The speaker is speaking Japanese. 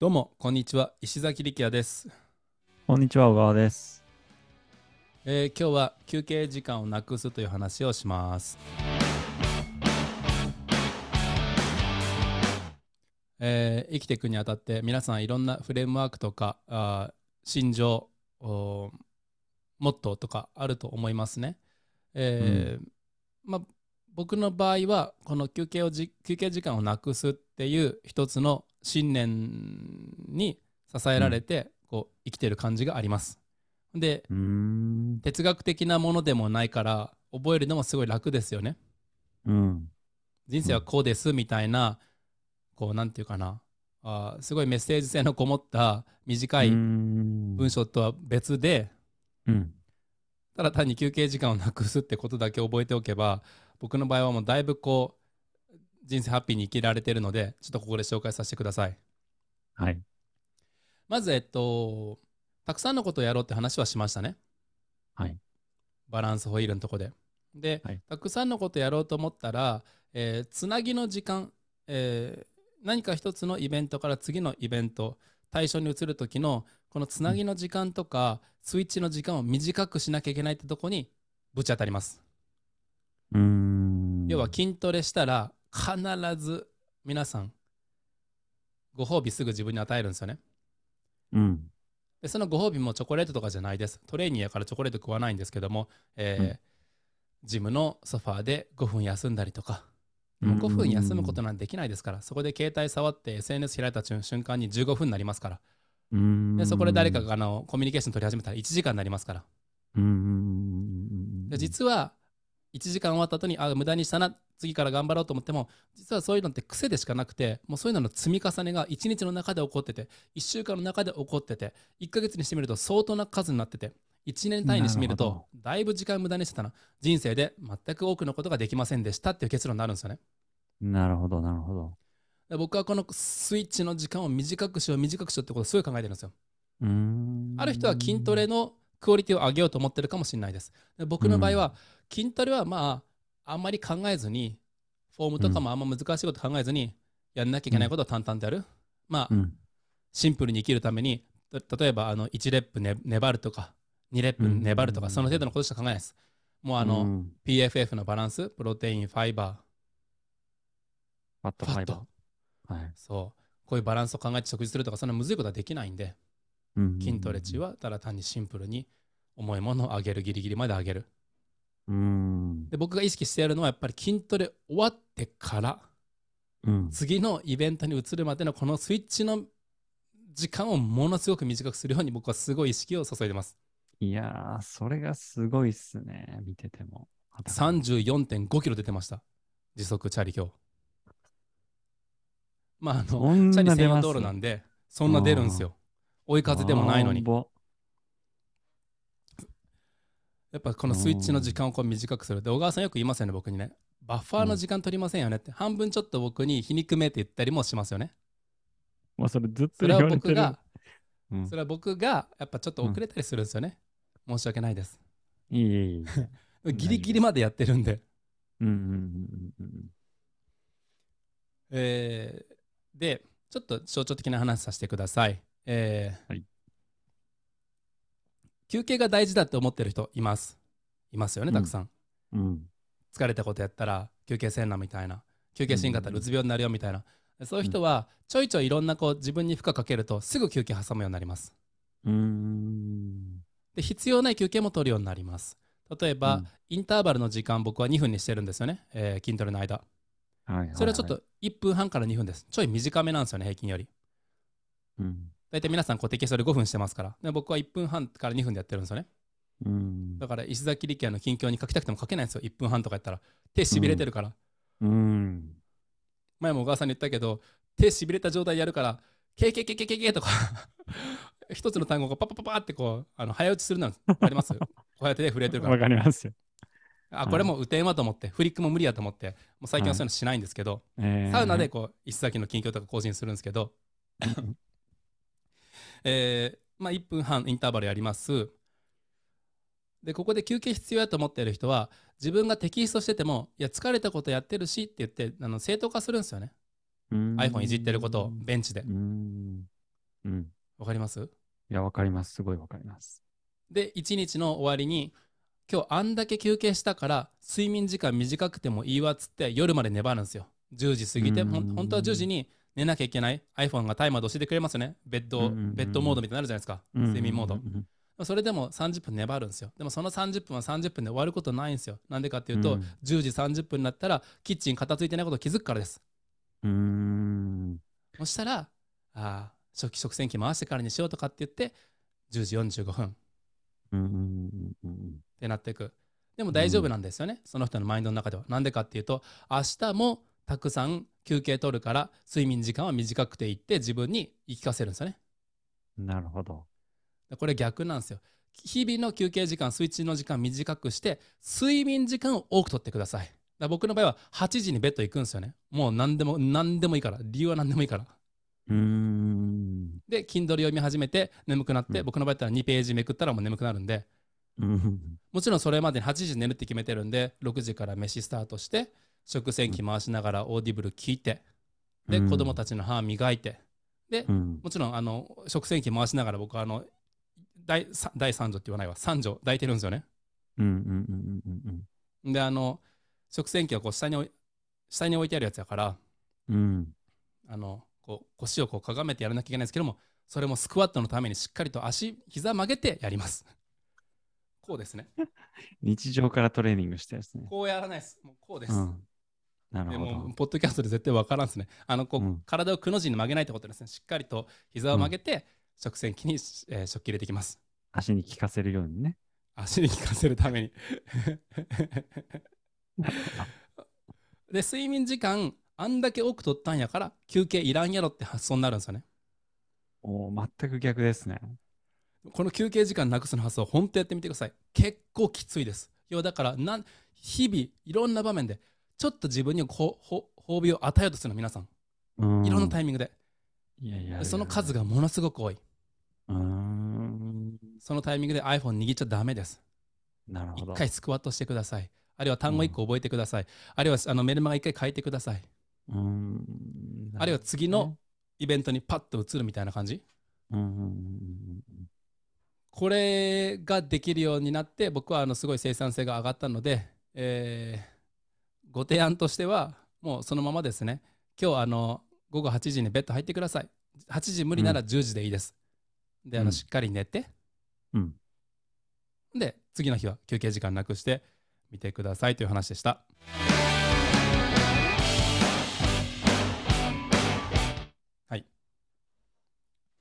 どうも、こんにちは。石崎力也です、こんにちは、小川です。えー今日は休憩時間をなくすという話をします。えー生きていくにあたって皆さんいろんなフレームワークとかあー心情おーモットーとかあると思いますね。えーまあ、僕の場合はこの休憩をじ休憩時間をなくすっていう一つの信念に支えられて、こう生きてる感じがあります。で、うーん。哲学的なものでもないから覚えるのもすごい楽ですよね。うん。人生はこうですみたいな、こうなんていうかなあーすごいメッセージ性のこもった短い文文。章とは別で、うん。ただ単に休憩時間をなくすってことだけ覚えておけば僕の場合はもうだいぶこう人生ハッピーに生きられてるのでちょっとここで紹介させてください。はい。まずえっとたくさんのことをやろうって話はしましたね。はい。バランスホイールのとこで。で、はいたくさんのことやろうと思ったら、えーつなぎの時間、えー何か一つのイベントから次のイベント対象に移る時のこのつなぎの時間とか、スイッチの時間を短くしなきゃいけないってとこにぶち当たります。うーん。要は筋トレしたら必ず皆さんご褒美すぐ自分に与えるんですよね。うん。でそのご褒美もチョコレートとかじゃないです。トレーニーやからチョコレート食わないんですけども、えーうんジムのソファーで5分休んだりとか、うんもう5分休むことなんてできないですから、そこで携帯触って SNS 開いた瞬瞬間に15分になりますから、うーん。でそこで誰か。があのコミュニケーション取り始めたら1時間になりますから、うーん。で実は1時間終わった後に、あ、無駄にしたな、次から頑張ろうと思っても、実はそういうのって癖でしかなくて、もうそういうのの積み重ねが1日の中で起こってて、1週間の中で起こってて、1ヶ月にしてみると相当な数になってて、1年単位にしてみるなるほと、だいぶ時間無駄にしてたな、人生で全く多くのことができませんでしたっていう結論になるんですよね。なるほど、なるほど。で僕はこのスイッチの時間を短くしよう、短くしようってことをすごい考えてるんですよ。うーん。ある人は筋トレ。のクオリティを上げようと思ってるかもしれないです。で僕の場合は、筋トレはまあ、あんまり考えずに、フォームとかもあんま難しいこと考えずに、やんなきゃいけないことを淡々とやる。まうあ、ん。シンプルに生きるために、た例えばあの1レップ、ね、粘るとか、2レップ粘るとか、うんその程度のことしか考えないです。もうあうの、ん。 PFF のバランス、プロテイン、ファイバー、ファットフファァッイトバー。はい。そう、こういうバランスを考えて食事するとか、そんなむずいことはできないんで、うん筋トレ中。はただ単にシンプルに重いものを上げる、ギリギリまで上げる。うーん。で僕が意識してやるのはやっぱり筋トレ終わってからうん。次のイベントに移るまでのこのスイッチの時間をものすごく短くするように僕はすごい意識を注いでますいやー、それがすごいっすね。見てても。 34.5キロ出てました時速チャリ今日まああのそんチャリな出専用ます道路なんでそんな出るんですよ追い風でもないのにあーぼやっぱこのスイッチの時間をこう短くするで小川さんよく言いますよね僕にねバッファーの時間取りませんよねって、半分ちょっと僕に皮肉めって言ったりもしますよねもうそれずっそとれ言はわれて僕る。がうんそれは僕がやっぱちょっと遅れたりするんですよね。申し訳ないです。いいいいいい。んギリギリまでやってるんで。うんうんうんうんうん。えーで、ちょっと象徴的な話させてください。えーはい休憩が大事だって思ってる人います。いますよね、たくさん。うん。疲れたことやったら休憩せんなみたいな。休憩しんかったらうつ病になるよみたいな。そういう人はちょいちょいいろんなこう自分に負荷かけるとすぐ休憩挟むようになります。うーん。で必要ない休憩も取るようになります。例えば、うんインターバルの時間僕は2分にしてるんですよね、えー筋トレの間。はいはいはいそれはちょっと、1分半から2分です。ちょい短めなんですよね、平均より。うん。大体皆さんこうテキストで5分してますから。で僕は1分半から2分でやってるんですよね。うん。だから石崎力也の近況に書きたくても書けないんですよ、1分半とかやったら。手しびれてるから。うん。前も小川さんに言ったけど、手しびれた状態でやるから、けけけけけけとか、 一つの単語がパパパパってこう、あの早打ちするのわかります こうやって手震えてるからわ。かりますよ。あはいこれもう打てんわと思って、フリックも無理やと思って、もう最近はそういうのしないんですけど、えーサウナで、こう、一先の近況とか更新するんですけど、 えーまあ、1分半インターバルやります。で、ここで休憩必要やと思っている人は、自分がテキストしてても、いや、疲れたことやってるしって言って、あの正当化するんですよね。 iPhone iPhone いじってることを、ベンチでう。ん。うん。わかりますいや、わかります。すごいわかります。で一日の終わりに今日あんだけ休憩したから睡眠時間短くてもいいわっつって夜まで粘るんですよ10時過ぎてうんほん本当は10時に寝なきゃいけない iPhone がタイマーで教えてくれますよねベッド、うんベッドモードみたいになるじゃないですか睡眠モード、うんうんうんそれでも30分粘るんですよでもその30分は30分で終わることないんですよなんでかっていうと、うん10時30分になったらキッチン片付いてないこと気づくからですうん。うそしたらあー食器食洗機回してからにしようとかって言って10時45分ーん。うんうんうんうんってなっていくでも大丈夫なんですよね、その人のマインドの中ではなんでかっていうと明日もたくさん休憩取るから睡眠時間は短くていいって自分に言い聞かせるんですよねうん。なるほど。これ逆なんですよ日々の休憩時間スイッチの時間短くして睡眠時間を多く取ってくださいだから僕の場合は8時にベッド行くんですよねもう何でも何でもいいから理由は何でもいいからうーん。で Kindle 読み始めて眠くなって、うん僕の場合だったら2ページめくったらもう眠くなるんでうんもちろんそれまでに8時に寝るって決めてるんで、6時から飯スタートして、食洗機回しながらオーディブル聞いて、で、うん子供たちの歯磨いて、でう、ん。もちろんあの食洗機回しながら僕はあの第三第3条って言わないわ、3条抱いてるんですよね。うんうんうんうんで、あの食洗機はこう下に置い下に置いてあるやつやから、うんうん。あのこう腰をこうかがめてやらなきゃいけないんですけども、それもスクワットのためにしっかりと足、膝曲げてやります。こうですね。日常からトレーニングしたやつね。こうやらないです。もうこうです。うん。なでるほもど。ポッドキャストで絶対分からんですね。あのこう、うん体をくの字に曲げないってことですね。しっかりと膝を曲げて、食洗機に、えー食器入れていきます。足に効かせるようにね。足に効かせるため に。で、睡眠時間、あんだけ多く取ったんやから、休憩いらんやろって発想になるんですよね。おー全く逆ですね。この休憩時間なくすの発想、ほんとやってみてください。結構きついです。要はだからなん、日々、いろんな場面で、ちょっと自分にこうほ褒美を与えようとするの、皆さん。うんいろんなタイミングで。いやいやいでやその数がものすごく多い。うーん。そのタイミングで iPhone 握っちゃダメです。なるほど。一回スクワットしてください。あるいは単語一個覚えてください。あるいはあのメルマガ一回書いてください。うーん。あるいは次のイベントにパッと移るみたいな感じ。なるほどね。うんうんこれができるようになって、僕はあのすごい生産性が上がったので、えーご提案としては、もうそのままですね、今日あの午後8時にベッド入ってください。8時無理なら10時でいいです。で、あうのんしっかり寝て、うんうん。で、次の日は休憩時間なくしてみてくださいという話でした。 「